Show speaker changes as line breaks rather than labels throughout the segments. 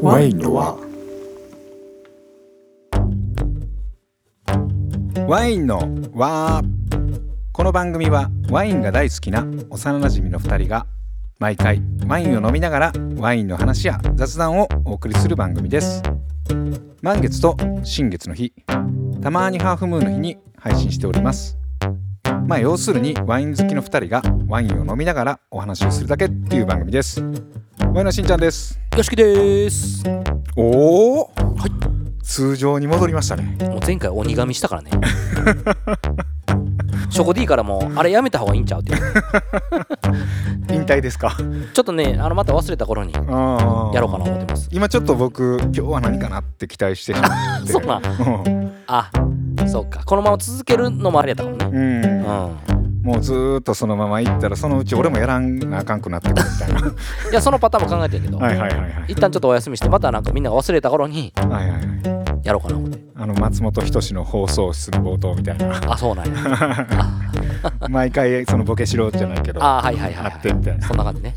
ワインのは
ワインのわこの番組はワインが大好きな幼なじみの2人が毎回ワインを飲みながらワインの話や雑談をお送りする番組です満月と新月の日たまにハーフムーンの日に配信しておりますまあ要するにワイン好きの2人がワインを飲みながらお話をするだけっていう番組ですワインのしんちゃんです
よしきですも
おお、
はい
通常に戻りましたね
う前回鬼神したからね ショコ D からもあれやめた方がいいんちゃうっていう
引退ですか
ちょっとねあのまた忘れた頃にや
あー
ろうかな思ってます
今ちょっと僕今日は何かなって期待してしまって
そうなんあそうかこのまま続けるのもありやったかもね
うん、
う
うん
ん
もうずーっとそのまま行ったらそのうち俺もやらんなあかんくなってくるみ たいな
いやそのパターンも考えてるけど、
はいはいはいはい
一旦ちょっとお休みしてまたなんかみんなが忘れた頃に
はいはいはい
やろうかな思って
あの松本人志の放送室の冒頭みたい な
あそうなんや
毎回そのボケしろじゃないけど
あはいはいはい、
あってみたいな
そんな感じね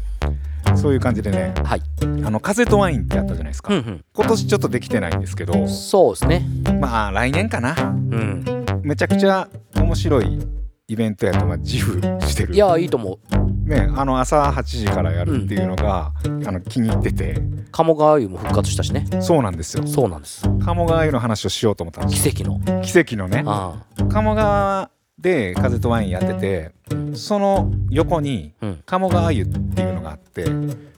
そういう感じでね
はい
あの風とワインってあったじゃないですか、
うん
今年ちょっとできてないんですけど
うんそうですね
まあ来年かな
うん
めちゃくちゃ面白いイベントやとまあ自負してる
いやいいと思う
ね、あの朝8時からやるっていうのが、あの気に入ってて
鴨川湯も復活したしね
そうなんですよ
そうなんです
鴨川湯の話をしようと思ったんです
奇跡の
奇跡のね
あ
鴨川で風とワインやっててその横に
あうん
鴨川湯っていうのがあって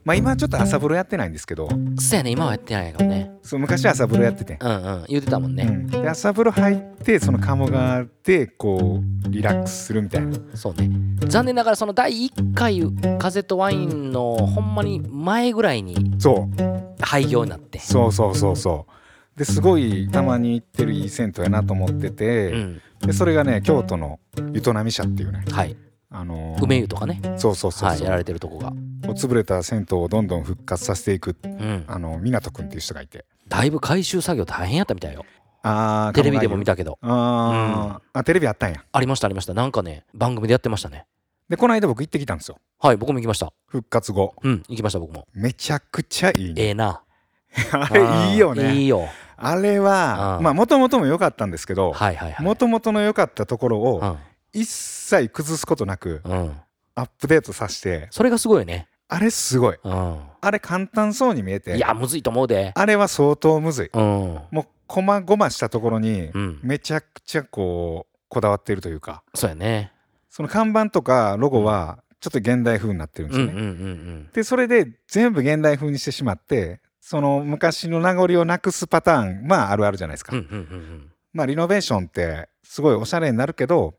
まあ今はちょっと朝風呂やってないんですけど
そやね今はやってないからね
そう昔は朝風呂やってて、
うんうん言うてたもん
う
ね、
ん、で朝風呂入ってその鴨川でこうリラックスするみたいな
そうね残念ながらその第1回「風とワイン」のほんまに前ぐらいに
そう
廃業になって
そうそうそうそうですごいたまに行ってるいい銭湯やなと思ってて、
うん
でそれがね京都のゆとなみ社っていうね
はい
あのー
梅湯とかね
そうそうそう
はい
そう、
やられてるとこが
こう潰れた銭湯をどんどん復活させていく
うん
あの湊くんっていう人がいて
だいぶ回収作業大変やったみたいよ
あー
テレビでも見
た
たけど
あー、あテレビあったんや
ありましたありましたなんかね番組でやってましたね
でこの間僕行ってきたんですよ
はい僕も行きました
復活後
うん行きました僕も
めちゃくちゃいいね
ええな
あれいいよ
あーい
ね
いよ
あれは
うん
まあもともとも良かったんですけど
はいはいはい
もともとの良かったところ
う
を
ん
一切崩すことなく
うん
アップデートさせて
それがすごいよね
あれすごい
うん
あれ簡単そうに見え
い
て
やむずいと思うで
あれは相当むずい
うん
もうこまごましたところに
うん
めちゃくちゃこうこだわっているというか
そうやね
その看板とかロゴはちょっと現代風になってるんで
う
す
ん
よ
うん
ね。
うんうん
でそれで全部現代風にしてしまってその昔の名残をなくすパターンまああるあるじゃないですか。
うんうんうんうん
まあリノベーションってすごいおしゃれになるけど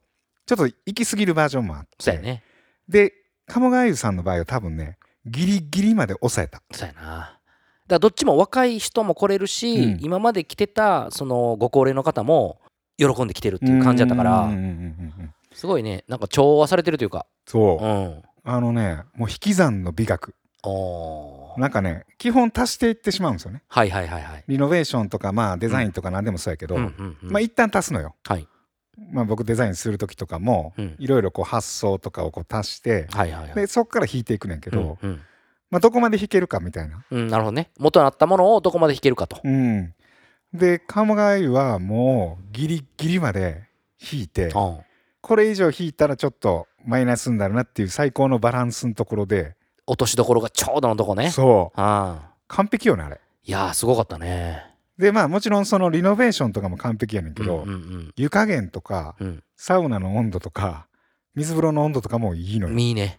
ちょっと行き過ぎるバージョンもあって
そうやね
で鴨川湯さんの場合は多分ねギリギリまで抑えた。
そうやなだからどっちも若い人も来れるし、
うん
今まで来てたそのご高齢の方も喜んで来てるっていう感じだったか
うんうんうん
ら
うんうん
すごいねなんか調和されてるというか
そう、
うん
あのねもう引き算の美学
おー
なんかね基本足していってしまうんですよね。
はいはいはいはい
リノベーションとかまあデザインとか何でもそうやけど、
うんうんうん
まあ一旦足すのよ。
はい
まあ、僕デザインする時とかも
うん
いろいろこう発想とかをこう足して
はいはいはい
でそこから引いていくねんけど、
うんうん
まあ、どこまで引けるかみたいな。
うん、なるほどね元になったものをどこまで弾けるかと
うん、で鴨川湯はもうギリギリまで引いて
うん
これ以上引いたらちょっとマイナスになるなっていう最高のバランスのところで
落としどころがちょうどのとこね
そう
あ
完璧よねあれ。
いやーすごかったね
でまあもちろんそのリノベーションとかも完璧やねんけど、
うんうん
湯加減とか
うん
サウナの温度とか水風呂の温度とかもいいの
う
よ。
んいいね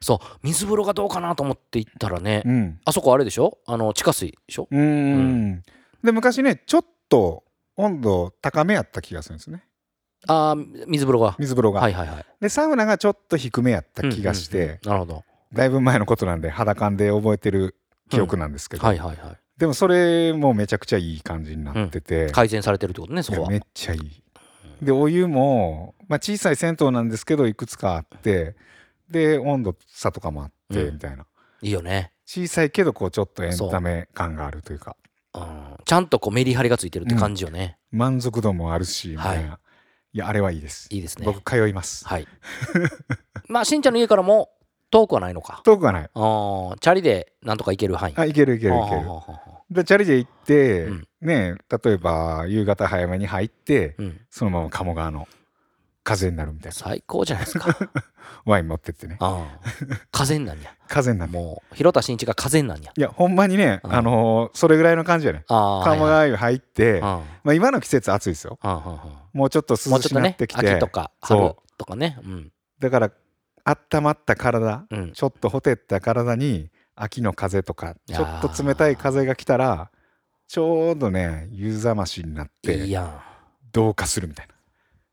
そう水風呂がどうかなと思って行ったらね、
うん
あそこあれでしょあの地下水でしょ
うーんで昔ねちょっと温度高めやった気がするんですね
あー水風呂が
水風呂が、
はいはいはい
でサウナがちょっと低めやった気がして、
うんうんうんなるほど
だいぶ前のことなんで肌感で覚えてる記憶なんですけど、
はいはいは
でもそれもめちゃくちゃいい感じになってて、
い改善されてるってことねそこ
いや
は
めっちゃいいでお湯も、まあ、小さい銭湯なんですけどいくつかあってで温度差とかもあって
うん
みたいな、
いいよね、
小さいけどこうちょっとエンタメ感があるというか
うん、ちゃんとこうメリハリがついてるって感じよね、
満足度もあるしみたいな、い、やあれはいいです
いいですね
僕通います
はい まあしんちゃんの家からも遠くはないのか
遠くはない
あーチャリでなんとか行ける範囲
あいけるいけるいけ
あ
る
ー
でチャリで行って、
うん
ね例えば夕方早めに入って
うん、
そのまま鴨川の風になるみたいな
最高じゃないですか。
ワイン持ってってね
ああ風になんや。
風になる
もう、広田新一が風になんや。
いやほんまにね、
うん
あのーそれぐらいの感じやね
ああ。
鴨
はいは
川
い
湯入って、
うん
まあ、今の季節暑いですよ
うんうんうん
もうちょっと涼
もうちょっ
し
と
くなっ
ね
て、きて、
秋とか春
そ
とかね。うん。
だから温まった体
うん。
ちょっとほてった体に秋の風とか
い
ち
や
ょ
ー
っと冷たい風が来たらちょうどね湯冷ましになっ
いい
て
やん。
同化するみたいな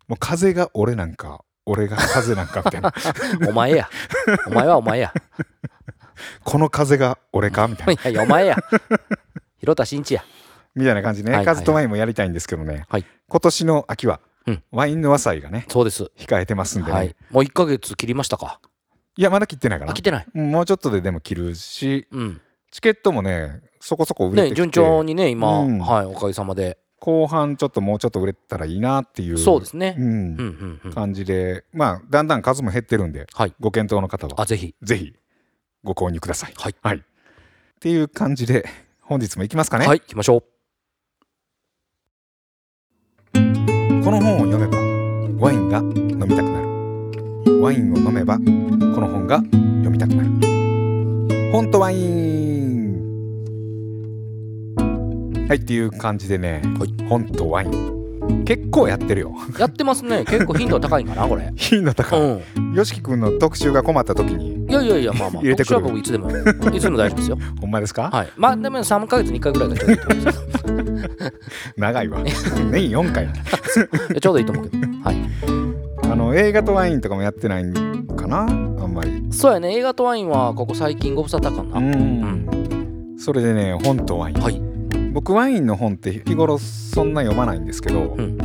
もう風が俺なんか俺が風なんかみたい な
お前 や。お前はお前や。
この風が俺かみたいない
やいや、お前や。広田新一や。
みたいな感じね、
はいはいはい
風とワインもやりたいんですけどね、
はい
今年の秋は
うん
ワインの和祭がね
そうです。
控えてますんでね、
はいい、。もう1ヶ月切りましたか。
やまだ切ってないか
あ、
ら
来てない。
もうちょっとででも切るし
うん。
チケットもねそこそこ売れてき
ね、
て、
順調にね、今、
うん
はい、おかげさまで。
後半ちょっともうちょっと売れたらいいなっていう
そうですね。
うん
うんうんうん。
感じで、まあ、だんだん数も減ってるんで、
はい
ご検討の方
あ、
は、
ぜひ。
ぜひご購入ください。
はい。
はい。っていう感じで、本日もいきますかね。
はい、行きましょう。
この本を読めば、ワインが飲みたくなる。ワインを飲めば、この本が読みたくなる。本とワインはい、っていう感じでね、
はい
本とワイン。結構やってるよ。
やってます ね。結構頻度 高いんかな、これ。
頻度
う
高い。
ん。
よしき君の特集が困った時に、
いやいやいや、まあまあ、
入れてくる
僕は僕いつでも、いつでも大丈夫ですよ。
ほんまですか、
はい。まあ、でも3ヶ月に1回ぐらいがちょうどいいと思います。
長いわ。年4回。
いやちょうどいいと思うけど。はい。
あの映画とワインとかもやってないかなあんまり
そうやね、映画とワインは、ここ最近ご無沙汰か
う
な。
んそれでね本とワイン、
はい。
僕ワインの本って日頃そんな読まないんですけど、
うん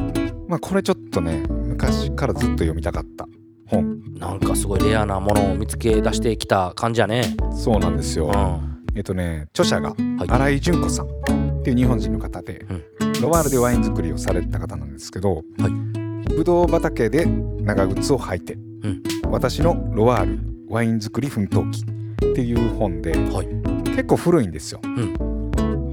まあこれちょっとね昔からずっと読みたかった本
なんかすごいレアなものを見つけ出してきた感じやね。
そうなんです
う
よ
ん。、は
えっとね著者が
い。
新井純子さんっていう日本人の方で、ロワールでワイン作りをされた方なんですけど、ぶどう畑で長靴を履いて、
ん
私のロワールワイン作り奮闘記っていう本で、
はい
結構古いんですよ、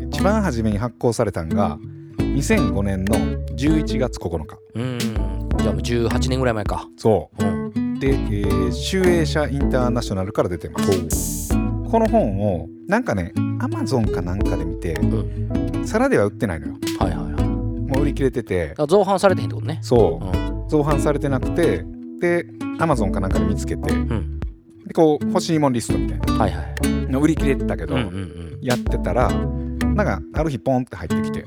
一番初めに発行されたのが2005年の11月9日
うーん。じゃあもう18年ぐらい前か。
そ
うん。
うで、えー、集英社インターナショナルから出てますこの本をなんかねアマゾンかなんかで見て、皿では売ってないのよ
はいはいはい。
もう売り切れてて
あ造反されてへんってことね。。
そううん造反されてなくてでアマゾンかなんかで見つけて
うん。
でこう欲しいもんリストみたいな
はいはい。
の売り切れてたけど、
うんうんうん。
やってたらなんかある日ポンって入ってきて、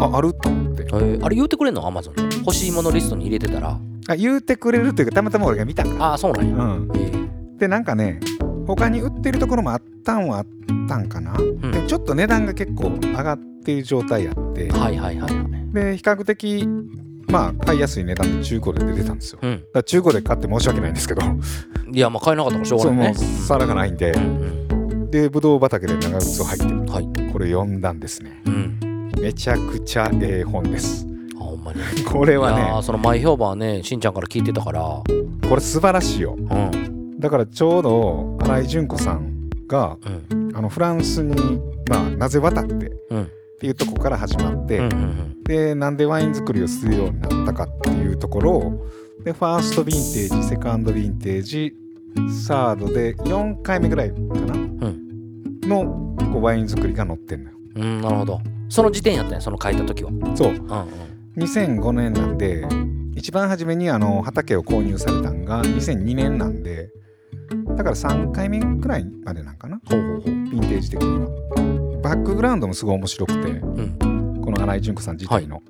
ああると思って
えーあれ言うてくれんのアマゾンで。欲しいものリストに入れてたら。
あ言うてくれるというかたまたま俺が見たか
ああ、そうなんや。
ら、うん、
えー
でなんかね他に売ってるところもあったんはあったんかな、でちょっと値段が結構上がっている状態やって
はいはいはいはい。
で比較的まあ買いやすい値段で中古で出てたんですよだか
うん。
ら中古で買って申し訳ないんですけど、
いや、まあ買えなかったからしょう
そう
がな
も
いうね。
皿がないんで、
うん
でぶどう畑で長靴を履い
うん。はい。
てこれ読んだんですね
うん。
めちゃくちゃええ本です
あ、ほんまに。
これ
い
は
やー
ね
その前評判はね、しんちゃんから聞いてたから。
これ素晴らしいよ
うん。
だからちょうど新井純子さんが
うん。
あのフランスに、まあ、なぜ渡ってっ
うん。
ていうとこから始まって、
うんうんうん。
でなんでワイン作りをするようになったかっていうところをでファーストヴィンテージセカンドヴィンテージサードで4回目ぐらいかな、のこうワイン作りが載ってんのよ
うん、なるほど。その時点やったんや、その書いた時は。う
そうん
うん。
2005年なんで一番初めにあの畑を購入されたのが2002年なんでだから3回目くらいまでなんかな
ほうほうほう。
ヴィンテージ的にはバックグラウンドもすごい面白くて
うん。
この新井純子さん自体の、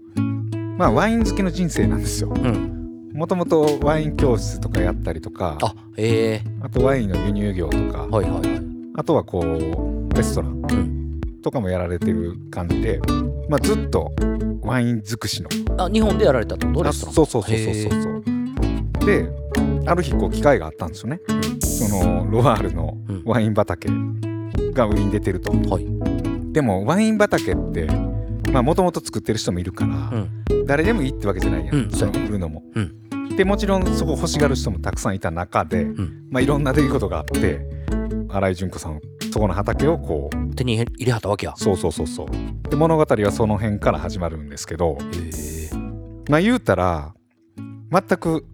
まあワイン好きの人生なんですよ
うん。
もともとワイン教室とかやったりとかあ
あ、ええ
とワインの輸入業とか、
はいはいはい。
あとはこうレストラン
うん。
とかもやられてる感じで、まあ、ずっとワイン尽くしの
あ、日本でやられたってこと
あ
レスト
そ
ラ
うそうそ
ン。
うそう
へ
そ
え
うそうである日こう機会があったんですよねそのロワールの
うん
ワイン畑が売りに出てると、
はい。
でもワイン畑ってもともと作ってる人もいるから、
うん
誰でもいいってわけじゃないやん、
うん
その売るのも。
う
でもちろんそこ欲しがる人もたくさんいた中で、
ん
まあ、いろんな出来事があって新井純子さんをそこの畑をこう
手に入れはったわけや
そうそうそうそうで物語はその辺から始まるんですけど
へえ
まあ言うたら全く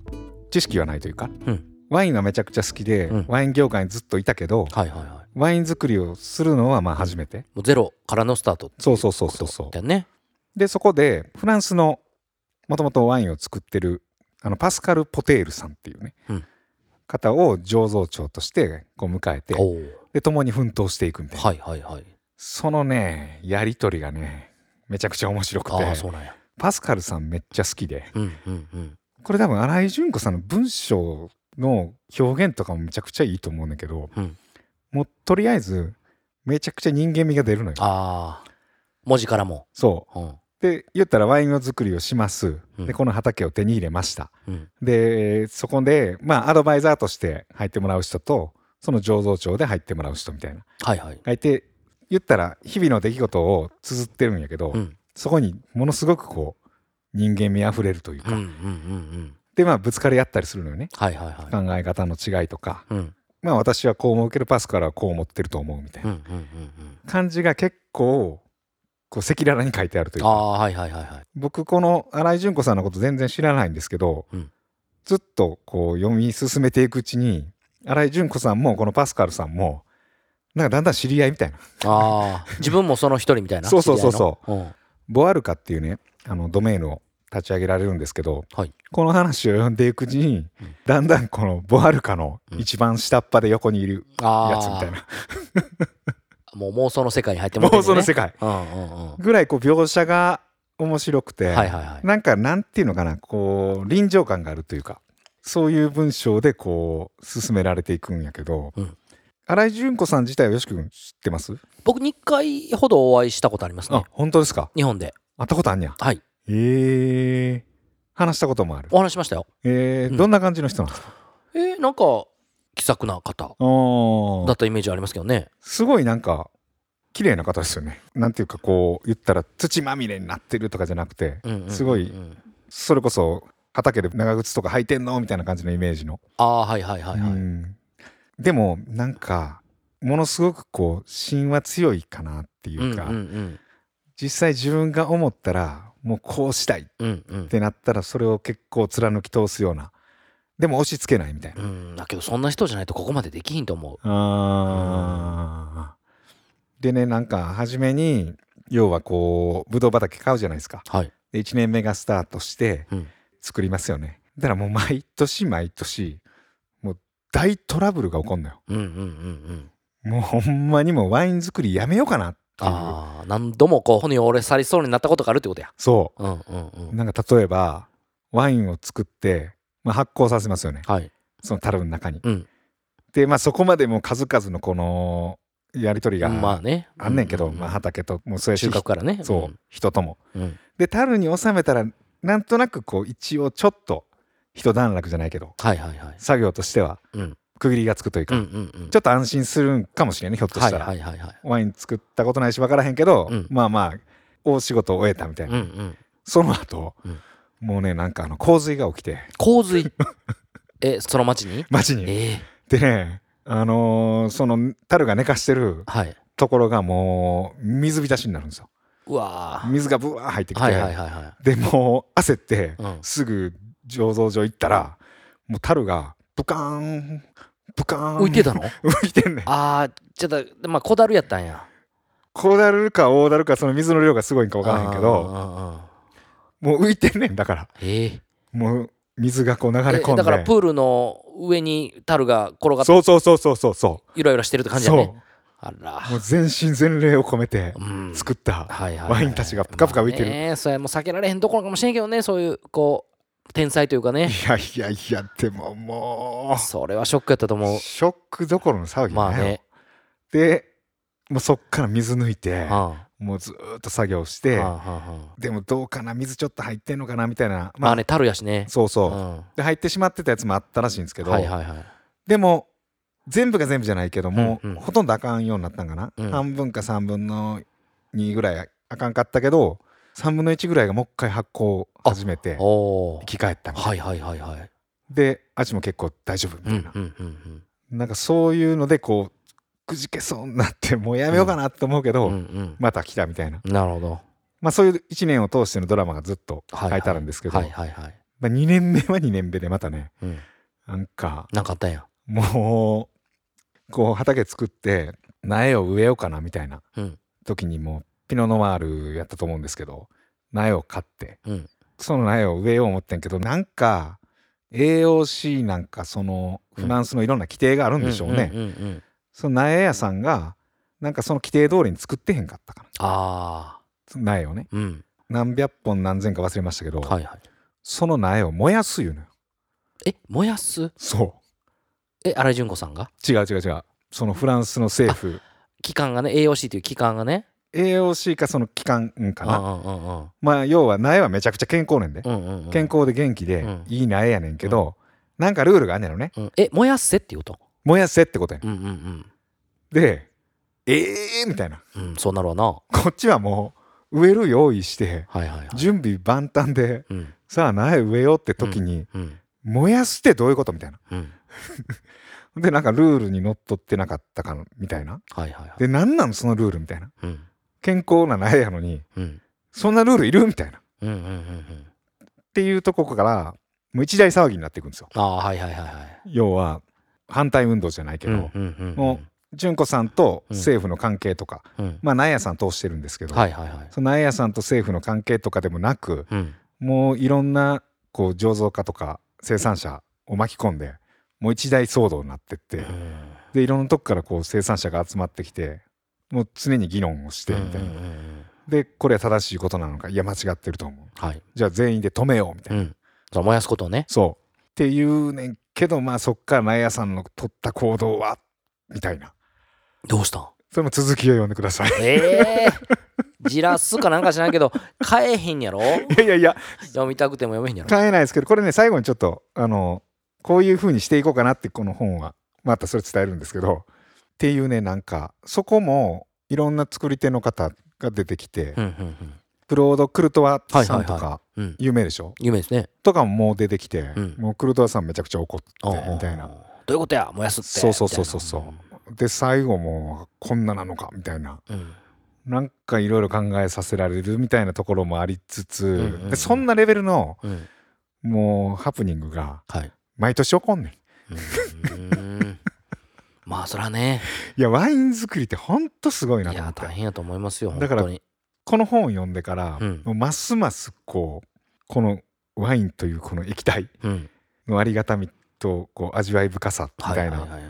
知識はないというか、
うん
ワインはめちゃくちゃ好きで、
うん
ワイン業界にずっといたけど
はいはいはい
ワイン作りをするのはまあ初めて、
もうゼロからのスタートって
そうそうそうそうそう
ことやね
でそこでフランスのもともとワインを作ってるあのパスカル・ポテールさんっていうね、
うん
方を醸造長としてこう迎えて
おおー
で共に奮闘していくみたいな、
はいはいはい
そのねやり取りがねめちゃくちゃ面白くて
ああそうなんや
パスカルさんめっちゃ好きで
うんうんうん
これ多分新井純子さんの文章の表現とかもめちゃくちゃいいと思うんだけど、
うん
もうとりあえずめちゃくちゃ人間味が出るのよ。
ああ文字からも
そ
うん
うで言ったらワインの作りをします、
うん
でこの畑を手に入れました
うん
でそこでまあアドバイザーとして入ってもらう人とその醸造長で入ってもらう人みたいな
はいはい
がいて言ったら日々の出来事を綴ってるんやけど、
うん
そこにものすごくこう人間味あふれるという
う
か、
んうんうんうん
でまあぶつかり合ったりするのよね
はいはいはい
考え方の違いとか
うんうん
まあ私はこう思うけどパスからはこう思ってると思うみたい
うんう
なん
うん
感じが結構こう赤裸々に書いてあるという
あ
か
あはいはいはいはい
僕この新井純子さんのこと全然知らないんですけど、
うん
ずっとこう読み進めていくうちに新井純子さんもこのパスカルさんもなんかだんだん知り合いみたいな
ああ自分もその一人みたいな
そうそうそうそう
うん
ボアルカっていうねあのドメインを立ち上げられるんですけど、
はい
この話を読んでいくうちに、
うん
だんだんこのボアルカの一番下っ端で横にいるやつみ
あ
たいな、
あもう妄想の世界に入っても
も
ら
うその世界
界うんうんうんは
ぐらいこう描写が面白くて、
いはいはい
なんかなんていうのかなこう臨場感があるというかそういう文章でこう進められていくんやけど、
うん
新井純子さん自体はよし君知ってます
僕2回ほどお会いしたことありますね
あ本当ですか
日本で
会ったことあんにゃ
はい
ええ話したこともある
お話しましたよ
えー
うん
どんな感じの人なんですか、
えー、なんか気さくな方
おー
だったイメージありますけどね
すごいなんか綺麗な方ですよねなんていうかこう言ったら土まみれになってるとかじゃなくて、
うんうんうんうん
すごいそれこそ畑で長靴とか履いてんのみたいな感じのイメージの
ああはいはいはいはい、
うんでもなんかものすごくこう芯は強いかなっていうか、
うんうん
実際自分が思ったらもうこうしたいっ
うんうんうん
てなったらそれを結構貫き通すようなでも押し付けないみたいな、
うんだけどそんな人じゃないとここまでできひんと思う
あーでねなんか初めに要はこうぶどう畑買うじゃないですか
はい
で1年目がスタートして
うん
作りますよね、だからもう毎年毎年もう大トラブルが起こんのよ
うんうんうんうん
もうほんまにもうワイン作りやめようかなっていう。
ああ何度もこう骨を折れ去りそうになったことがあるってことや
そ
うんうんう
う。
ん
なんか例えば、ワインを作って、まあ、発酵させますよね。
はい
その樽の中に。
うん
で、まあそこまでもう数々のこのやり取りが
まあね
あんねんけど、
ううう
まあ畑と、もうそうやし
収穫からね
そう、人とも。
うん、うん
で、樽に収めたら、なんとなくこう一応ちょっと一段落じゃないけど、
はいはいはい
作業としては
うん
区切りがつくという
う
か、
んうんうん
ちょっと安心するんかもしれんね、ひょっとし
はい
た
は
ら。
いはいはい
ワイン作ったことないし分からへんけど、
うん
まあまあ大仕事を終えたみたいな、
うんうん
その後、
うん
もうねなんかあの洪水が起きて
洪水 えその町に
町に
ええ
でねあのーその樽が寝かしてる
はい
ところがもう水浸しになるんですよ
うわ
水がブワー入って
ー
きて、
はいはいはいは
でもう焦って
い、うん、
すぐ醸造所行ったらもう樽がブカーンブカーン
浮いてたの
浮いてんねん
ああちょっとまあ小樽やったんや
小だるか大だるかその水の量がすごいんか分
分
からへんけどもう浮いてんねんだから
ええ
もう水がこう流れ
え
込んで
だからプールの上に樽が転がって
そうそうそうそうそうそう
ゆらゆらしてるって感じだ
そう
ねあら
もう全身全霊を込めて
うん
作った、
はいはいはい
ワインたちがぷかぷか浮いてる
まあねそれもう避けられへんところかもしれんけどねそういうこう天才というかね
いやいやいやでもも
それはショックやったと
う
思う
ショックどころの騒ぎ
ま
だ
あ
ね,、
ね
でもうそっから水抜いて
うんは
もうずーっと作業し
あ
て
はあはあ
でもどうかな水ちょっと入ってんのかなみたいな
まあね樽やしね
そうそう、
うん
で入ってしまってたやつもあったらしいんですけど、
はいはいはい
でも全部が全部じゃないけども、
うんうん
ほとんどあかんようになったんかな、
うん
半分か3分の2ぐらいあかんかったけど3分の1ぐらいがもう一回発酵始めて
おお
生
ー
き返ったみたい
はいはいはいはい
で味も結構大丈夫み
うん
たい
うん
な、
うんうん
なんかそういうのでこうくじけそうになってもうやめようかなって思うけど、
うんうん
また来たみたいな、
なるほど
まあ、そういう1年を通してのドラマがずっと書いてあるんですけど、
はいはいはい、
まあ、2年目は2年目でまたね
うん、
なんか
なんかあったんや
もうこう畑作って苗を植えようかなみたいな
うん
時にもうピノノワールやったと思うんですけど苗を買って
うん
その苗を植えよう思ってんけどなんか AOC なんかそのフランスのいろんな規定があるんでしょうね、
んんんうん
その苗屋さんがなんかその規定通りに作ってへんかったかな
あ
その苗をね
あうん
何百本何千か忘れましたけど、
はいはい
その苗を燃やすいうのよ
え燃やす
そ
え新井純子さんが
う違う違う違うそのフランスの政府
機関がね AOC という機関がね
AOC かその機関うんかな
うんうんうん
まあ要は苗はめちゃくちゃ健康ねんで、
うんうんうん
健康で元気で
うん
いい苗やねんけど、なんかルールがあんねやろね
うんえ燃やせって言うと
燃やせってことやね
うんうん
んでええー、みたいな
うんうんそうなるわなは
こっちはもう植える用意して
いはいはい
準備万端で
うん
さあ苗植えようって時に、
うん
燃やすってどういうことみたいな
うん
でなんかルールにのっとってなかったかのみたいな
はいはいはい
でなんなんそのルールみたいな
うん
健康な苗やのに
うん
そんなルールいるみたいなっ
うんうんうんうん
ていうとこからもう一大騒ぎになっていくんですよ
ああはいはいはいはい
要は反対運動じゃないけど、
うんうんうん
も純子さんと政府の関係とか、
うん
まあ苗屋さん通してるんですけど、
はいはいはい
その苗屋さんと政府の関係とかでもなく
うん
もういろんなこう醸造家とか生産者を巻き込んでもう一大騒動になってって、
うん
でいろんなとこからこう生産者が集まってきてもう常に議論をしてみたいな、
うんうんうん
でこれは正しいことなのかいや間違ってると思う
はい
じゃあ全員で止めようみたいな、
うんそう燃やすことをね
そうっていうねんけどまあそっから苗屋さんの取った行動はみたいな
どうしたん
それも続きを読んでください
ええじらすかなんか知らんけど買えへんやろ
いやいやいや
読みたくても読めへんやろ
変えないですけどこれね最後にちょっとあのこういうふうにしていこうかなってこの本はまたそれ伝えるんですけどっていうねなんかそこもいろんな作り手の方が出てきて、
うんうん
クロード・クルトワさんと
はいはい
か
うんうん
有名でしょ、
夢ですね
とかももう出てきて、
うん
もうクルトワさんめちゃくちゃ怒って
おうおうおう
みたいな
どういうことや燃やすって
そうそうそうそうそう
み
で最後もこんななのかみたいな
たい
な
な
んかいろいろ考えさせられるみたいなところもありつつ、
んうんうん
でそんなレベルの
うんうん
もうハプニングが
はい
毎年起こんねん
うーんまあそらね
いやワイン作りってほんとすごいないと思
や
って
大変やと思いますよ本
だから
当に
この本を読んでから、
うん
もうますますこうこのワインというこの液体
うん
のありがたみとこう味わい深さみ
は
た
い
いな、
はいはい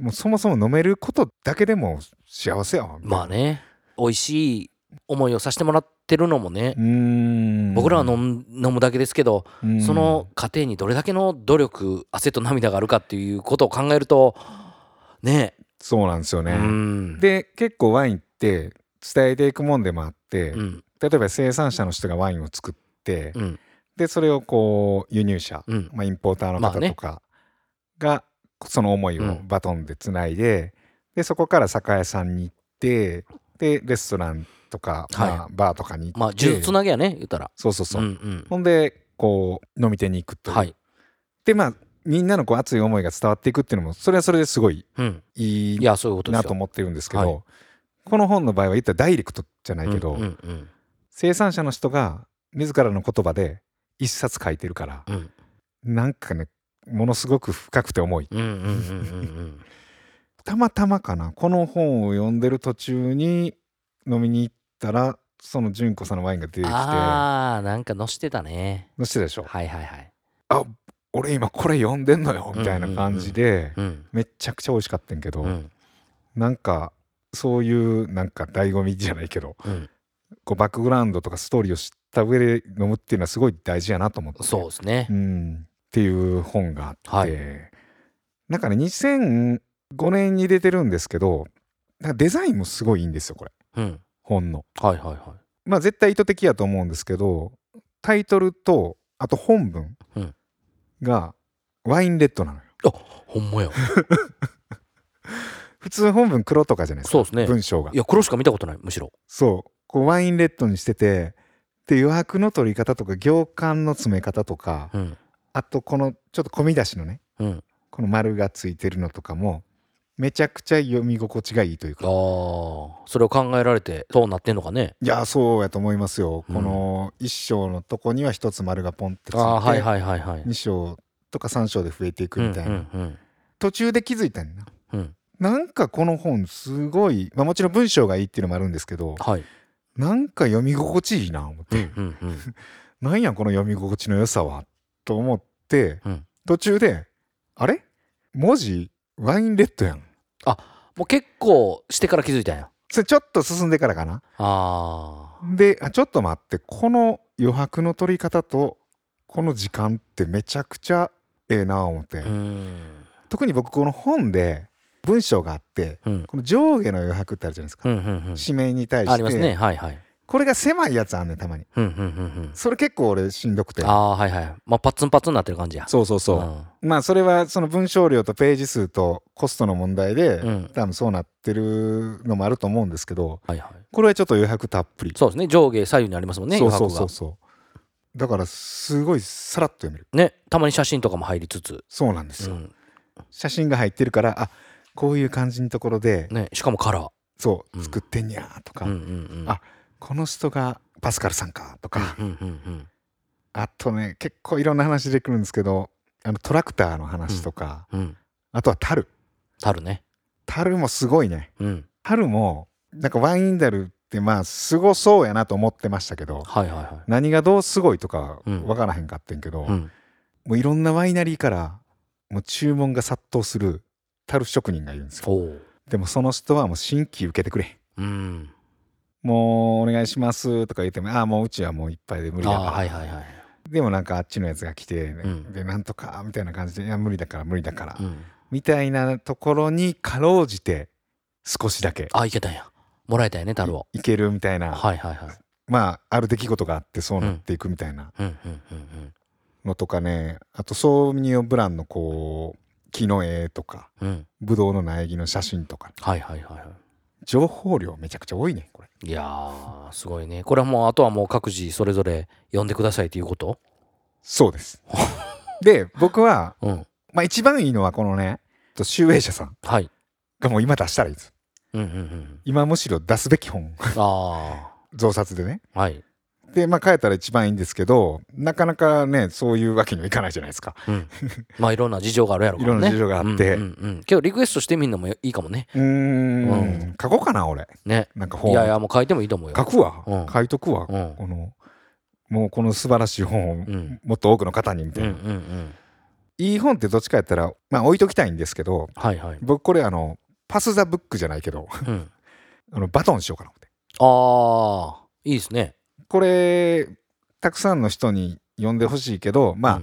もうそもそも飲めることだけでも幸せやわみたいな
まあね美味しい思いをさせてもらってるのもね
うーん
僕らは飲む飲むだけですけど
うん
その過程にどれだけの努力汗と涙があるかっていうことを考えるとね
そうなんですよ
え
ね、
うん
で結構ワインって伝えていくもんでもあって、
うん
例えば生産者の人がワインを作って、
うん
でそれをこう輸入者、
うん
まあ、インポーターの
まあ
方
ね
とかがその思いうを
ん
バトンでつないで,、でそこから酒屋さんに行ってでレストランとか、
はい
まあ、バーとかに行って、
まあ呪術つなげやね言ったら
そうそうそう、
うんうん
ほんでこう飲み手に行くという、
はい
でまあみんなのこう熱い思いが伝わっていくっていうのもそれはそれですごい
うん
いい
いやそういうことです
な
よ
と思ってるんですけど、
は
この本の場合は言ったらダイレクトじゃないけど、
うんうん
生産者の人が自らの言葉で一冊書いてるから
うん
なんかねものすごく深くて重い
うんうんうんうんうん
たまたまかなこの本を読んでる途中に飲みに行ったらその純子さんのワインが出てきて
ああなんかのしてたね
のしてたでしょ
はいはいはい
俺今これ読んでんのよみたいな感じで、
うん
めっちゃくちゃ美味しかったんやけど、
うん
なんかそういうなんか醍醐味じゃないけど
うん
こうバックグラウンドとかストーリーを知った上で飲むっていうのはすごい大事やなと思って
そうですね
うん、っていう本があって、
はい
なんかね2005年に出てるんですけどなんかデザインもすごいいいんですよこれ
うん
本の。
はいはいは
まあ絶対意図的やと思うんですけどタイトルとあと本文
うん
がワインレッドなのよ。
いほん まや
普通本文黒とかじゃないですか
そうですね
文章が
い。や黒しか見たことないむしろ
そうこうワインレッドにしててで余白の取り方とか行間の詰め方とか
うん
あとこのちょっと込み出しのね
うん
この丸がついてるのとかもめちゃくちゃ読み心地がいいという
あ
か
あそれを考えられてそうなってんのかね
いやそうやと思いますよ、
うん
この一章のとこには一つ丸がポンってついて、
ああーはいはいはいはい
2章とか3章で増えていくみたいな、
うんうん
途中で気づいたんやな
うんうん
なんかこの本すごい、まあ、もちろん文章がいいっていうのもあるんですけど
はい
なんか読み心地いいな思って、
うん うん
なんやこの読み心地の良さはと思って、
うん
途中であれ文字ワインレッドやん
もう結構してから気づいたんや
それちょっと進んでからかな
ああ
であちょっと待ってこの余白の取り方とこの時間ってめちゃくちゃええな思って、
うん
特に僕この本で文章があって
うん
この上下の余白ってあるじゃないですか、
うんうん
紙面に対
うん
して
ありますねはいはい
これが狭いやつあんねんたまに
うんうんうん
それ結構俺しんどくて
うんああはいはいまあパッツンパッツンになってる感じや
そうそうそう、まあそれはその文章量とページ数とコストの問題で、
うんうん
多分そうなってるのもあると思うんですけど
はいはい
これはちょっと余白たっぷり、
そうですね上下左右にありますもんね
そう
余
そう
白
そ
が
うそうだからすごいさらっと読める
ねたまに写真とかも入りつつ
そうなんですよ、
うん
写真が入ってるからあこういう感じのところで、
ねしかもカラー
そう
うん
作ってんにゃーとか、
うんうんうん
あこの人がパスカルさんかとか、
うんうんうん
あとね結構いろんな話出てくるんですけどあのトラクターの話とか、
うんうん
あとはタル
たるね
タルもすごいね
うん
春もなんかワインダルってまあすごそうやなと思ってましたけど
はいはいは
何がどうすごいとか
うん
わからへんかってんけど、
いうん
もういろんなワイナリーからもう注文が殺到する樽職人がいるんですよ
おう
でもその人はもう新規受けてくれ
うん
もうお願いしますとか言ってもああもううちはもういっぱいで無理
あ
だ
あ
から、
はいはいはい
でもなんかあっちのやつが来て、
ん
でなんとかみたいな感じでいや無理だから無理だから、
うん
みたいなところにかろうじて少しだけ
あいけたんやもらえたんやねたるを
いけるみたいな
はいはいはい
まあある出来事があってそうなっていくみたいな
うんうんうん
のとかね、あとソーニオブランのこう木の絵とか
うんうん
ブドウの苗木の写真とか
はいはいはいは
情報量めちゃくちゃ多いねこれ
いいやーすごいねこれはもうあとはもう各自それぞれ読んでくださいということ
そうです で僕は、
うん
まあ、一番いいのはこのねと集英社さん
はい
がもう今出したらいいです
うんうんうん
今むしろ出すべき本
あ
増刷でね
あはい
でまあ変えたら一番いいんですけどなかなかねそういうわけにはいかないじゃないですか
うんまあいろんな事情があるやろうから
いろ
ね
んな事情があって
うんうんうんけどリクエストしてみんなもいいかもね
うーん
うん
書こうかな俺
ね
なんか本
いやいやもう書いてもいいと思うよ
書くわ、
うん
書いとくわ、
うん
このもうこの素晴らしい本を
うん
もっと多くの方にみた
う
い
んう
な、
んうん
いい本ってどっちかやったらまあ置いときたいんですけど
はい はい
僕これあのパス・ザ・ブックじゃないけど
うん
あのバトンしようかな思って
ああいいですね
これたくさんの人に読んでほしいけどまあ、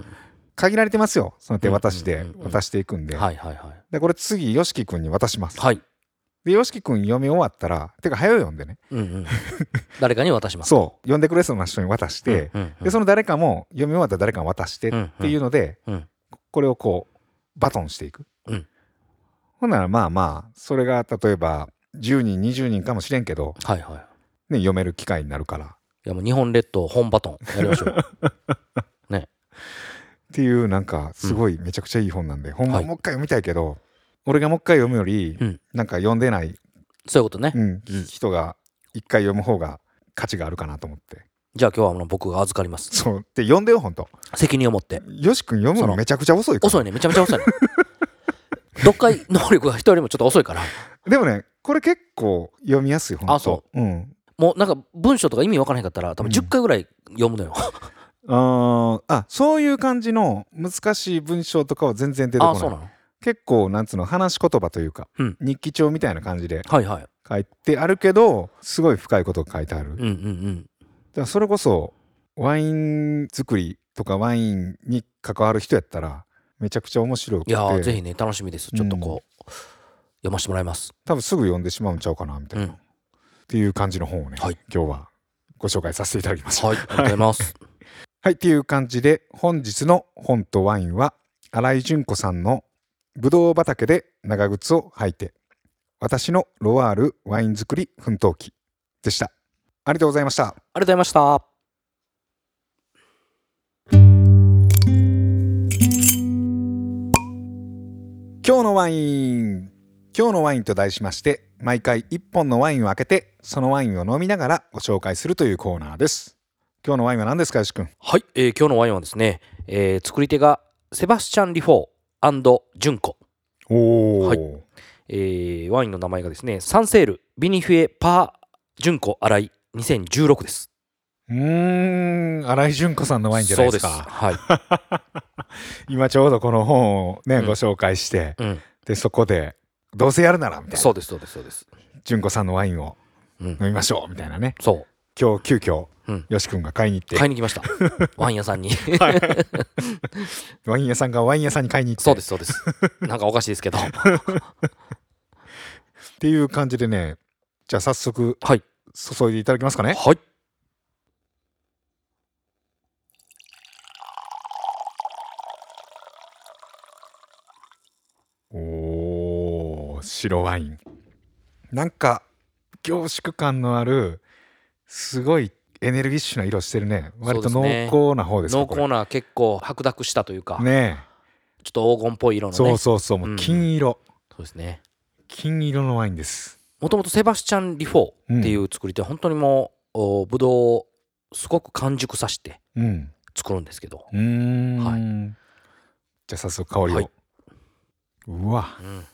限られてますよその手渡し
う
で
んうんうんうん
渡していくん
う
で,、
んはいはいはい
でこれ次 YOSHIKI 君に渡します、
はい
で YOSHIKI 君読み終わったらてか早い読んでね
う んうん誰かに渡します
そう読んでくれそうな人に渡して、
うんうんうん
でその誰かも読み終わったら誰かに渡してっ
うんうん
っていうので、
うん
これをこうバトンしていく、
うん
ほんならまあまあそれが例えば10人20人かもしれんけど、
はいはい
ね、読める機会になるからっ
いやもう日本列島本バトンやりましょ う
ていうなんかすごいめちゃくちゃいい本なんで、ほんま
はい
もう一回読みたいけど、俺がもう一回読むより、
うん
なんか読んでない、
そういうことね
うん
うん
人が一回読む方が価値があるかなと思って
じゃあ今日はあの僕が預かります
そうで読んでよほんと
責任を持って
よし君読む
そ
の
の
めちゃくちゃ遅いから
遅いねめちゃめちゃ遅い ね読解能力が人よりもちょっと遅いから
でもねこれ結構読みやすいほんと、
あそう
うん、
もうなんか文章とか意味わからへんかったら多分
うん
10回ぐらい読むのよ、
あーあそういう感じの難しい文章とかは全然出てこな
あ あ
い
そうなの
結構なんつうの話し言葉というか、
うん
日記帳みたいな感じで
はいはい
書いてあるけどすごい深いことが書いてある、
うん
だか
うんうん
らそれこそワイン作りとかワインに関わる人やったらめちゃくちゃ面白く
い
て
やーぜひね楽しみですちょっとこう、読ませてもらいます
多分すぐ読んでしまうんちゃうかなみたいな、
うん
っていう感じの本をね、
はい
今日はご紹介させていただきました。
はいありがとうございます
はい、っていう感じで本日の本とワインは新井純子さんのぶどう畑で長靴を履いて私のロワールワイン作り奮闘記でした。ありがとうございました。
ありがとうございました
今日のワイン今日のワインと題しまして毎回1本のワインを開けてそのワインを飲みながらご紹介するというコーナーです今日のワインは何ですかよし君
はい、えー今日のワインはですね、えー作り手がセバスチャン・リフォージュンコ、
おお、
はいえーワインの名前がですねサンセールビニフィエ・パー・ジュンコ・アライ2016です
うーん新井純子さんのワインじゃないです
そうです
か
はい、
今ちょうどこの本をね、
うん
ご紹介して
うん、
でそこでどうせやるならみたい
そ
な
うですそうですそうです、
純子さんのワインを
うん
飲、みましょうみたいなね
そ
今日急遽、
うん
よし君が買いに行って、
う買いに来 ましたワイン屋さんに
ワイン屋さんがワイン屋さんに買いに行って
そうですそう ですなんかおかしいですけど
っていう感じでねじゃあ早速
はい
注いでいただきますかね
はい
おー白ワインなんか凝縮感のあるすごいエネルギッシュな色してるね割と
そう
濃
ですね
厚な方ですか
濃厚な結構白濁したというか、
これね
ちょっと黄金っぽい
え
色のね
そうそうそうも
う
うん金色、
そうですね
金色のワインです
もともとセバスチャン・リフォーっていう作り手、本当にもうおブドウをすごく完熟させて
うん
作るんですけど、
うーん、
は
じゃあ早速香りを、
はいう
わ
うん、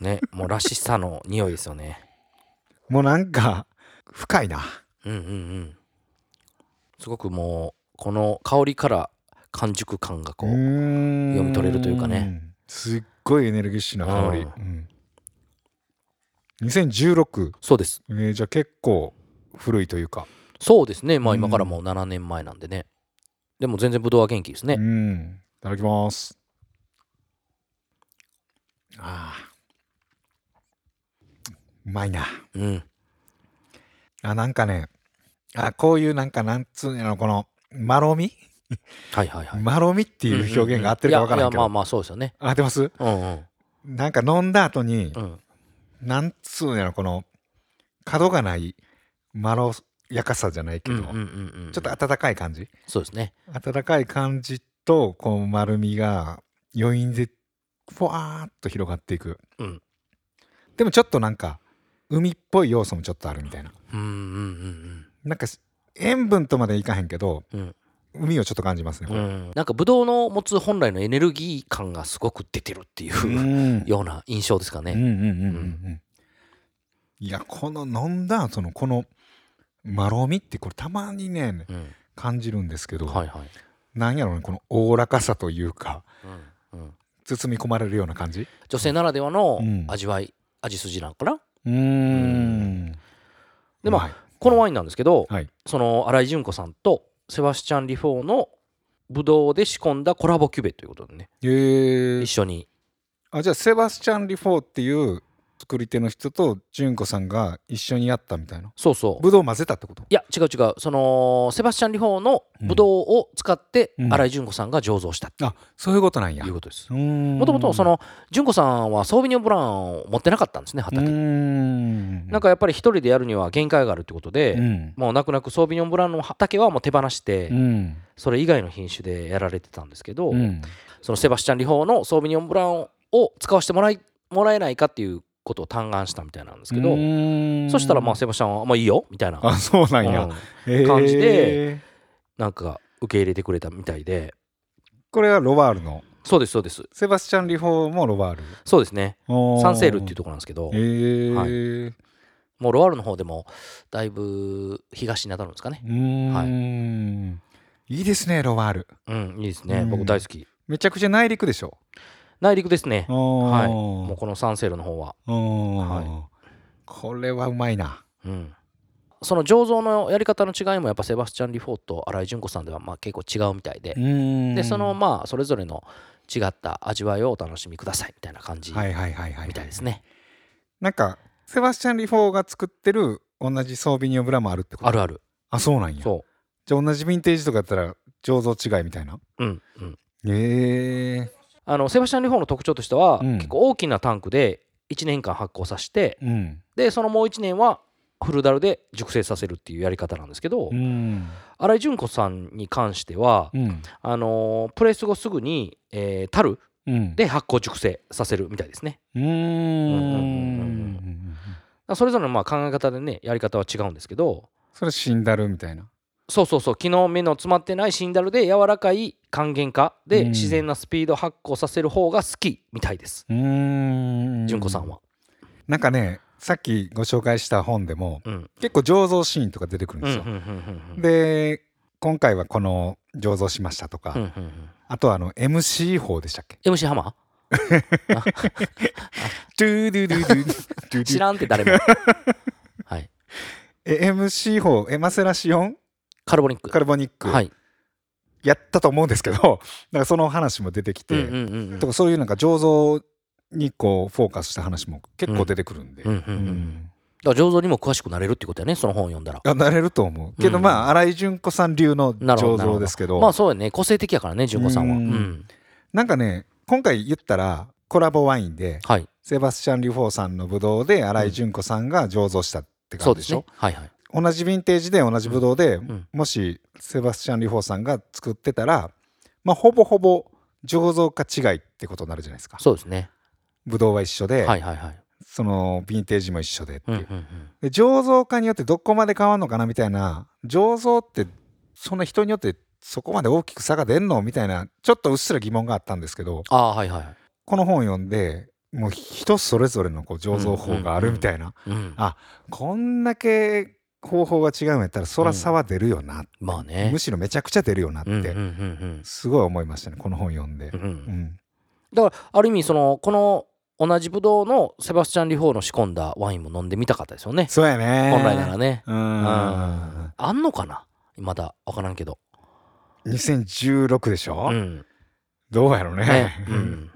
ねもうらしさの匂いですよね
もうなんか深いな
うんうんうんすごくもうこの香りから完熟感がこう、
読
読み取れるというかね
すっごいエネルギッシュな香り、
う
うん2016、
そうです
えーじゃあ結構古いというか、
そうですねまあ
うん
今からもう7年前なんでね、でも全然ブドウは元気ですね、
うんいただきますあーうまいな
うん
あなんかねあこういうなんかなんつうのこのまろみ、
はいはいはい、
まろみっていう表現が合ってるかわから
い
ん
や
け
い
ど、
やまあまあそうですよね
合ってます
うんうん
なんか飲んだ後に、
うん
なんつうのやろこの角がないまろやかさじゃないけ
うん
ど、
うんうんうん
ちょっと温かい感じ
そうですね
温かい感じとこの丸みが余韻でふわーっと広がっていく、
うん
でもちょっとなんか海っぽい要素もちょっとあるみたいな
うんうんうん
なんかし塩分とまでいかへんけど
うんうん
海をちょっと感じますねこ
う
れ
ん、なんかブドウの持つ本来のエネルギー感がすごく出てるっていう、
うん
ような印象ですかね。
うんうんうんうんうんいやこの飲んだ後のこのまろみってこれたまにね
うん
感じるんですけど、
はいはい。
なんやろうねこのおおらかさというか
うんうん
包み込まれるような感じ
女性ならではの
うん
味わい、味筋なのかな
うー
んでも
うまい
このワインなんですけど、
はい
その新井純子さんとセバスチャン・リフォーのブドウで仕込んだコラボキュベということでね、
えー
一緒に
あじゃあセバスチャン・リフォーっていう作り手の人と純子さんが一緒にやったみたいな
そうそう
ぶどう混ぜたってこと
いや違う違うそのセバスチャン・リフォーのブドウを使って
うん
新井純子さんが醸造したって
あそういうことなんや
いうことです。
も
もともとその純子さんはソービニョンブランを持ってなかったんですね畑に
ん
なんかやっぱり一人でやるには限界があるってことで、
うん
もう泣く泣くソービニョンブランの畑はもう手放して、
うん
それ以外の品種でやられてたんですけど、
うん
そのセバスチャン・リホーのソービニョンブランを使わせてもらいもらえないかっていうことを嘆願したみたいなんですけど、そしたらまあセバスチャンは「まあいいよ」みたいな
あそうなんや
うん
へー
感じでなんか受け入れてくれたみたいで
これはロワールの
そうですそうです
セバスチャン・リフォーもロワール
そうですねサンセールっていう
と
ところなんですけど、
えー
もうロワールの方でもだいぶ東になたるんですかね
うーんいいですねロワール
うんいいですね、
うん
僕大好き
めちゃくちゃ内陸でしょ
内陸ですねはいもう
も
このサンセールの方は、
うは
はい
これはうまいな
うん、その醸造のやり方の違いもやっぱセバスチャン・リフォーと新井純子さんではまあ結構違うみたいで、で
で
そのまあそれぞれの違った味わいをお楽しみくださいみたいな感じ
はいはいはいはい
みたいですね、
なんかセバスチャン・リフォーが作ってる同じ装備にオブラもあるってこと
あるある
あそうなんや
そ
じゃあ同じヴィンテージとかやったら醸造違いみたいな
ううんうん
へえ
あのセバスチャン・リフォーの特徴としては、
うん
結構大きなタンクで1年間発酵させて
うん
でそのもう1年はフルダルで熟成させるっていうやり方なんですけど、
うん
新井純子さんに関しては、
うん
あのープレス後すぐに、えー、樽
うん、
で発酵熟成させるみたいですね
うー
うんうんうんうん
ん
それぞれのまあ考え方でねやり方は違うんですけど
それ死んだるみたいな
そうそうそう昨日目の詰まってないシンダルで柔らかい還元化で
うん
自然なスピード発酵させる方が好きみたいです
うーん
純子さんは、
なんかねさっきご紹介した本でも
うん、
結構醸造シーンとか出てくるん
うん
です
うんう
よ、
んうんうん
で今回はこの醸造しましたとか、
うんうんうん
あとはあの MC 法で したっけ
MC ハマ
ドゥードゥードゥードゥードゥードゥー
ー知らんっ て誰もはい
え MC 法エマセラシオン
カルボニック
カルボニック、
はい
やったと思うんですけどなんかその話も出てきて、
うんうんうんうん
とかそういうなんか醸造にこうフォーカスした話も結構出てくるんで、
うんうんうんう
うんん
だから醸造にも詳しくなれるってことやねその本を読んだら
あなれると思うけど、
うん
まあ新井純子さん流の
なるほ
醸
どなる
造
ほど
ですけど
まあそうやね個性的やからね純子さんは
う
うんん
なんかね今回言ったらコラボワインで
はい
セバスチャン・リュフォーさんのブドウで新井純子さんが醸造したって感
そ
じ
うで
ですしょ
ねはいはい
同じヴィンテージで同じブドウで、
ん
もしセバスチャン・リュフォーさんが作ってたら、まあ、ほぼほぼ醸造か違いってことになるじゃないですか
そうですね
ブドウは一緒で、
はいはいはい
そのヴィンテージも一緒でって
うん
いうう、
んうん
で醸造家によってどこまで変わるのかなみたいな醸造ってそんな人によってそこまで大きく差が出んのみたいなちょっとうっすら疑問があったんですけど
ああはいはい
この本読んでもう人それぞれのこう醸造法があるみたいな、
うん
あこんだけ方法が違うんやったらそら差は出るよな、
まあね
むしろめちゃくちゃ出るよなっ
うんうんう
て
ん
すごい思いましたねこの本読んで
うんう。
うんん
だからある意味そのこの同じブドウのセバスチャン・リフォーの仕込んだワインも飲んでみたかったですよね
そうやね
本来ならね
うん
あんのかなまだ分からんけど
2016でしょ、
うん
どうやろう
ね
ね
うん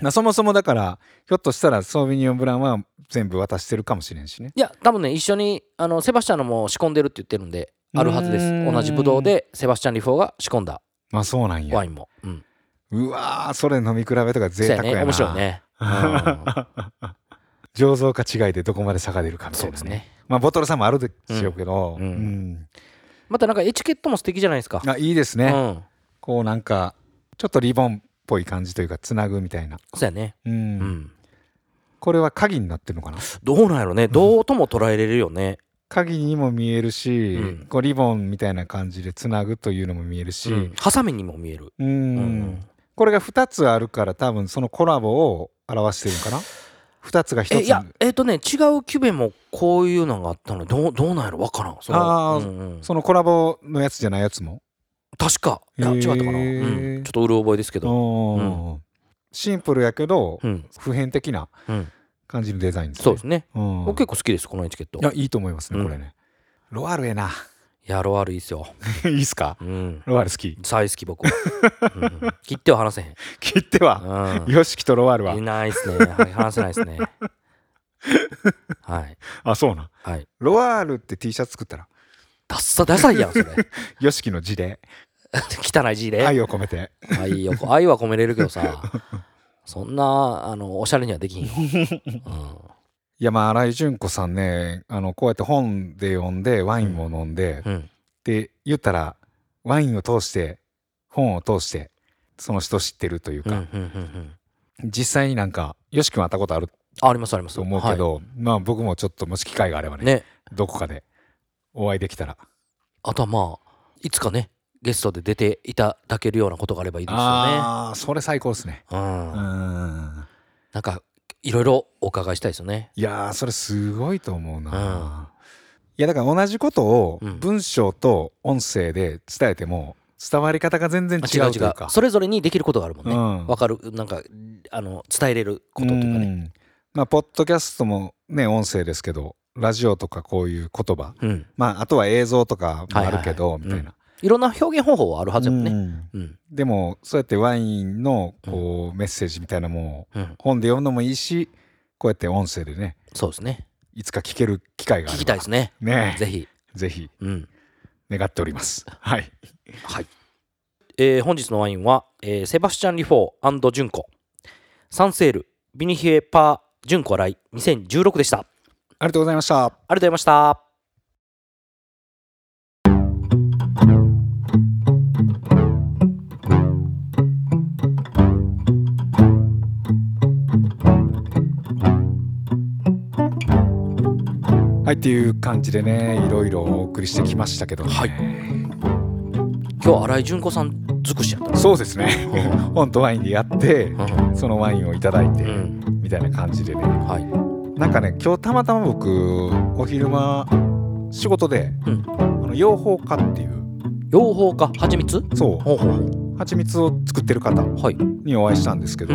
まあそもそもだからひょっとしたらソービニオンブランは全部渡してるかもしれんしね
いや多分ね一緒にあのセバスチャンのも仕込んでるって言ってるんであるはずで
うー
す
ん
同じブドウでセバスチャン・リフォーが仕込んだ
まあそうなんや
ワインも、うん、
うわーそれ飲み比べとか
そう
贅
や
沢やな
ね面白いね、うん
醸造か違いでどこまで差が出るかみたい
そう
な、
ですね
まあボトル差もあるでしょうけど、
うんうまたなんかエチケットも素敵じゃないですか
うんあいいですね、
うん
こうなんかちょっとリボンっぽい感じというかつなぐみたいな、
そうやね
うん
うん
これは鍵になってるのかな
どうなんやろねどうとも捉えれるよね
鍵にも見えるし、
うん
こうリボンみたいな感じでつなぐというのも見えるし、
うんハサミにも見える
う
うん
んこれが2つあるから多分そのコラボを表してるのかな2つが1
え
つ
いやえっ、とね違うキュベもこういうのがあったのどうどうなんやろわからんその
あー
うんうん
そのコラボのやつじゃないやつも
確かいや
へ
違
ー
ったかな、うんちょっとうる覚えですけど
うんシンプルやけど
うん
普遍的な
うん
感じのデザインですね
そうですね、
うん
僕結構好きですこのエチケット
いやいいと思いますね
うん
これねロアールええな
やろあるいいっすよ、
いいっすか
うん、
ロアール好き
大好 き僕は、うん切っては話せへん
切っては
う
よしきとロアール
ん、い
は
ないですねはい話せないですねはい
あそうなん
はい
ロアールって T シャツ作ったら
ダッサダサいやんそれ
よしきの字で
汚い字で
愛を込めて
愛よ愛は込めれるけどさそんなあのおしゃれにはできんよ、うん
いやまあ新井純子さんねあのこうやって本で読んでワインも飲んで、
うん、
で言ったらワインを通して本を通してその人を知ってるという
うんうん
か、
うんうん
実際になんかよし君は会ったことある
あありますあります
と思うけ、ど、まあ僕もちょっともし機会があれば
はい
ね
ね
どこかでお会いできたら
あとはまあいつかねゲストで出ていただけるようなことがあればいいですよね
あーそれ最高ですね
うん
う、ん
なんかいろいろお伺いしたいですよね
いやーそれすごいと思うな、いやだから同じことを
うん
文章と音声で伝えても伝わり方が全然
あ
違
違う
うと
違
いう
う
か
それぞれにできることがあるもんね
う
わ、
ん
かるなんかあの伝えれることというか
う
ね
んまあ、ポッドキャストもね音声ですけどラジオとかこういう言葉、
うん、
まあ、あとは映像とかもあるけど、
はいはいは
みた
い
いな、
いろんな表現方法はあるはずやもんね
うん
うん
でもそうやってワインのこうメッセージみたいなもんを
うん
本で読むのもいいしこうやって音声でね
そうですね
いつか聞ける機会があれ
聞
ば
きたいですね
ね
ぜひ
ぜひ
うん
願っておりますはい
はい、えー本日のワインは、えーセバスチャン・リフォージュンコサンセールビニヒエ・パー・ジュンコ来2016でしたあり
ありがとうございました
がとうございました
はいっていう感じでねいろいろお送りしてきましたけど、ね、
はい今日新井純子さん尽くしやった
そうですね本当ワインでやって
う
そのワインをいただいて、
ん、
みたいな感じでね
はい
なんかね今日たまたま僕お昼間仕事で、
うん
あの養蜂家っていう
養蜂家蜂蜜
そ
ほうほうほ
う蜂蜜を作ってる方
うはい、
にお会いしたんですけど、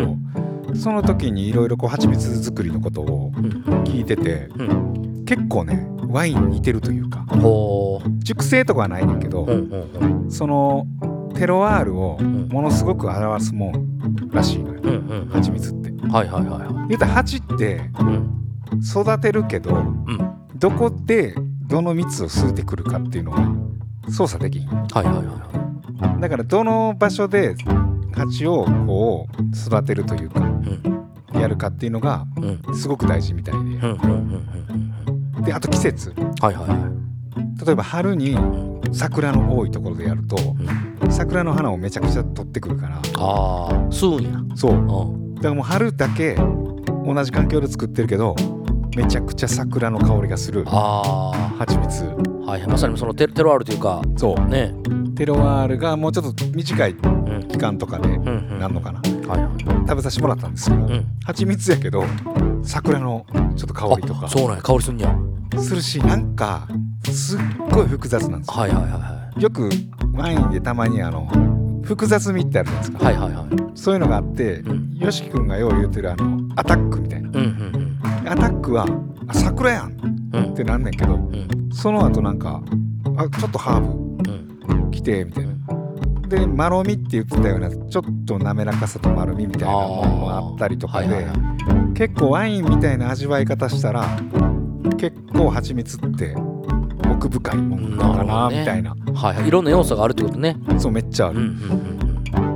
う
その時にいろいろこう蜂蜜作りのことを
うん
聞いてて、
う
結構ねワインに似てるというか
ほう
熟成とかはないねんだけど、
うんうんうん
そのテロワールを
ん
ものすごく表すもんらしいのよ
うんうん
蜂蜜って。
うんはいはいはいは
言うたら蜂って
いうん
育てるけど、どこでどの蜜を吸ってくるかっていうのが操作できひん
はいはいはいは
だからどの場所で蜂をこう育てるというか
いうん
やるかっていうのが
うん
すごく大事みたいで
うんうんうんうんうん
であと季節
はいはいはい
例えば春に
うん
桜の多いところでやると
うん
桜の花をめちゃくちゃ取ってくるから
ああ吸うんや
そう
うん
だからもう春だけ同じ環境で作ってるけどめちゃくちゃ桜の香りがする
あ
蜂蜜
あはいまさにそのテテロあるというか
そう
ね
テロワールがもうちょっと短い
うんうん
期間とかで
うん
なんのかな
はいはい
食べさせてもらったんですけど、
うん
蜂蜜やけど桜のちょっと香りと
あ
か
そうなんや香りすんねや
するしなんかすっごい複雑なんです
はいはいはいは
よよくワインでたまにあの複雑味ってあるじゃないですか
いはいはいはい
そういうのがあって、
うん
よしき君がよう言うてるあのアタックみたいな
うんうん
アタックは「あ桜やん!」
うん
ってなんねんけど
うん
その後なんか「あちょっとハー
うんうん
ブ来て」みたいな。でまろみって言ってたようなちょっと滑らかさと丸みみたいなものもあったりとかで、
はいはいはい
結構ワインみたいな味わい方したら結構蜂蜜って奥深いもんなのかな
なるほどね
みたいな
はいはいいろんな要素があるってことね
そうめっちゃあ
うん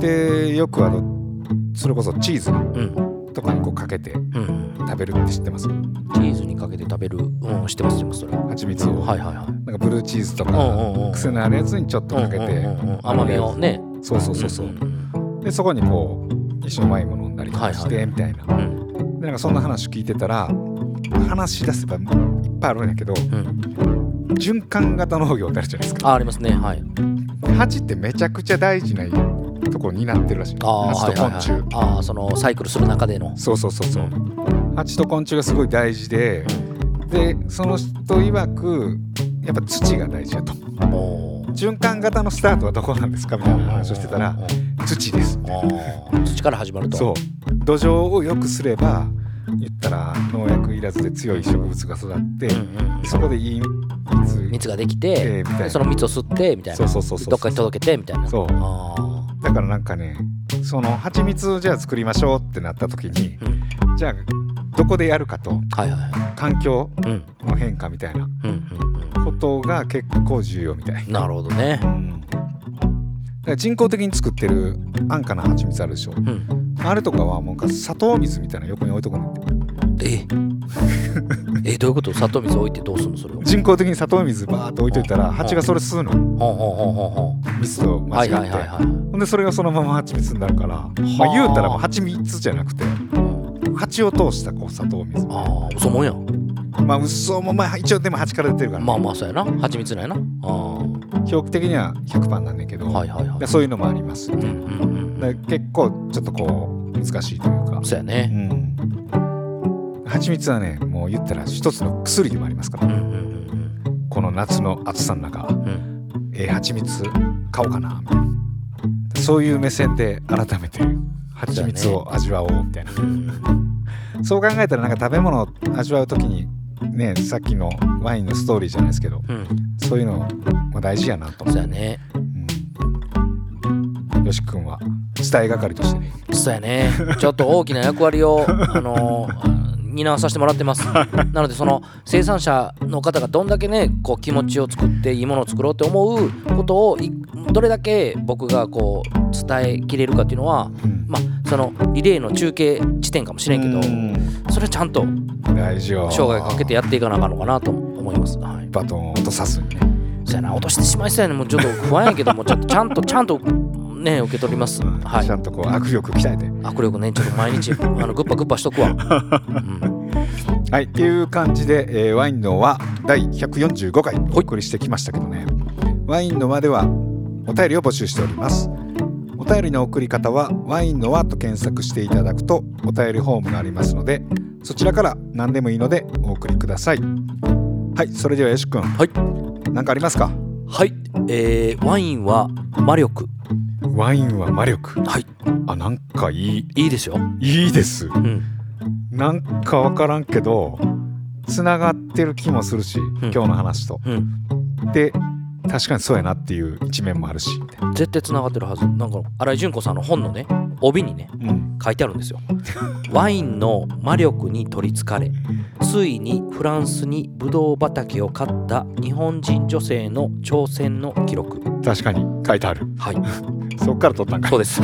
る。でよくあのそれこそチーズ
うんうんうん
とかにこうかけて
うんうん
食べるって知ってます
チーズにかけて食べるうんしてますしてますそれは
蜂蜜を、
はいはいはい
なんかブルーチーズと
うん
か
うんうん
癖のあるやつにちょっとかけ
うん
て
うんうんうん甘みをね
そうそうそうそう、
んん
でそこにこう一緒にワインも飲んだりとかして、
はい
みたいな
うんうん
でなんかそんな話聞いてたら話し出せばいっぱいあるんやけど
うん
循環型農業ってあるじゃないですか
あありますねはい
鉢ってめちゃくちゃ大事なところになってるらしい
ああ
蜂と昆
はい
虫、
はいはいああそのサイクルする中での
そうそうそうそう蜂と昆虫がすごい大事ででその人曰くやっぱ土が大事だと
おー
循環型のスタートはどこなんですかみたいな話をしてたら
うん
土です
あー土から始まると
そう土壌を良くすれば言ったら農薬いらずで強い植物が育って
うんうん
そこでいい水
蜜ができ
ええ
て
みたいな
でその蜜を吸ってみたい
そう
な
そうそうそう
どっかに届けてみたいな
そう
ああ
だからなんかねその蜂蜜をじゃあ作りましょうってなった時に
うん
じゃあどこでやるかと
はいはいは
環境
いうん
の変化みたいな
うんうんうん
ことが結構重要みたい、
なるほどね
う。ん、だから人工的に作ってる安価な蜂蜜あるでしょ
うん。
あれとかはもうなんか砂糖水みたいなの横に置いとくねんて
え え、どういうこと 砂糖水置いてどうすんのそれを。
人工的に砂糖水バーっと置いといたら蜂がそれ吸うの
ほんほんほんほんほん。
蜜と間
は
違っ
い
て、
はいはいはい。
ほんでそれがそのまま蜂蜜になるから、まあ、言うたらもう蜂蜜じゃなくて蜂を通したこう砂糖水
ああ、そうもんや。
まあ嘘もまあ一応でも蜂から出てるから、ね
まあまあ、そうやな。蜂蜜なんやな。ああ。
表記的には100%なんだけど、
はいはいは
で
い。
そういうのもあります、
うんうんう
で
ん。
結構ちょっとこう難しいというか
そうや
う
ね。
ん蜂蜜はねもう言ったら一つの薬でもありますか
う
ら
んうんうん
この夏の暑さの中
うんうん。
えー、蜂蜜買おうかなみたいなそういう目線で改めて蜂蜜を味わおうみたいな
うん
そう考えたらなんか食べ物を味わう時にねさっきのワインのストーリーじゃないですけど
うん。
そういうのも大事やなと
そ
思
う
う
やね。
うんよし君は伝え係としてね
そうやね。ちょっと大きな役割 を、あのー担わさせてもらってますなのでその生産者の方がどんだけねこう気持ちを作っていいものを作ろうって思うことをいどれだけ僕がこう伝えきれるかっていうのは
うん
まあそのリレーの中継地点かもしれんけど
うん
それはちゃんと
大事よ
生涯かけてやっていかなあかんのかなと思います。はい、
バトンを落とさずにね
そうやな落としてしまいそうやねもうちょっと不安や けどもちょっとちゃんとちゃんとね受け取ります。は
ち
い
ゃんとこう握力鍛えて
握力ねちょっと毎日あのグッパグッパしとくわ、うん、
はい、っていう感じで、えーワインのは第145回お送りしてきましたけどね。ワインの輪ではお便りを募集しております。お便りの送り方はワインの輪と検索していただくとお便りフォームがありますので、そちらから何でもいいのでお送りください。はい、それではよしくん。
はい。
なんかありますか？
はい、えー、ワインは魔力。
ワインは魔力。
はい、
あ、なんかいい
いいですよ。
いいです。
うん、
なんかわからんけど、つながってる気もするし、今日の話と。
うん、
で確かにそうやなっていう一面もあるし、みたいな
絶対繋がってるはず。なんか新井純子さんの本のね、帯にね、
うん、
書いてあるんですよ。ワインの魔力に取りつかれ、ついにフランスにブドウ畑を買った日本人女性の挑戦の記録。
確かに書いてある
はい、
そっから撮ったんか
そうです。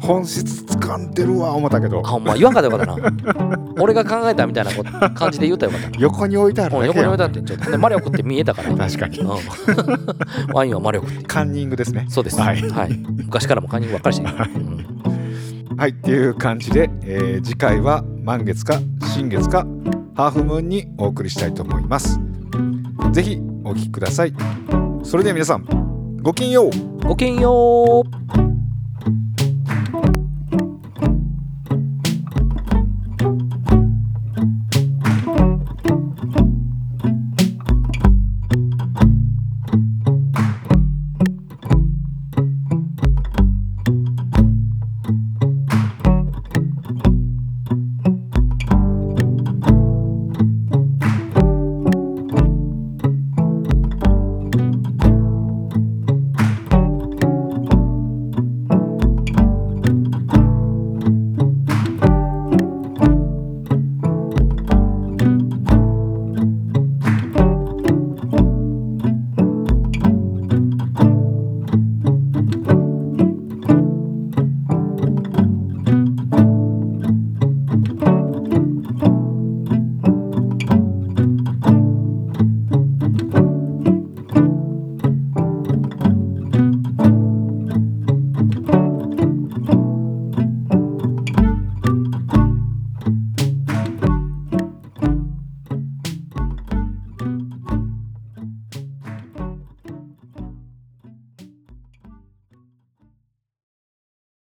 本質掴んでるわ思ったけど
あ、ほんま言わんかったらよかったな。俺が考えたみたいなこと感じで言うたらよかったな。
横に置いてある
もう
だ
横
け
に
や
置い
ん
たってちょっと。で魔力って見えたから。
確かに
うん ワインは魔力って。
カンニングですね
そうです。
は
はいい。昔からもカンニングばっかりしてる。うん
はいっていう感じで、えー次回は満月か新月かハーフムーンにお送りしたいと思いますぜひお聞きくださいそれでは皆さんごきげんよう
ごきげんよう。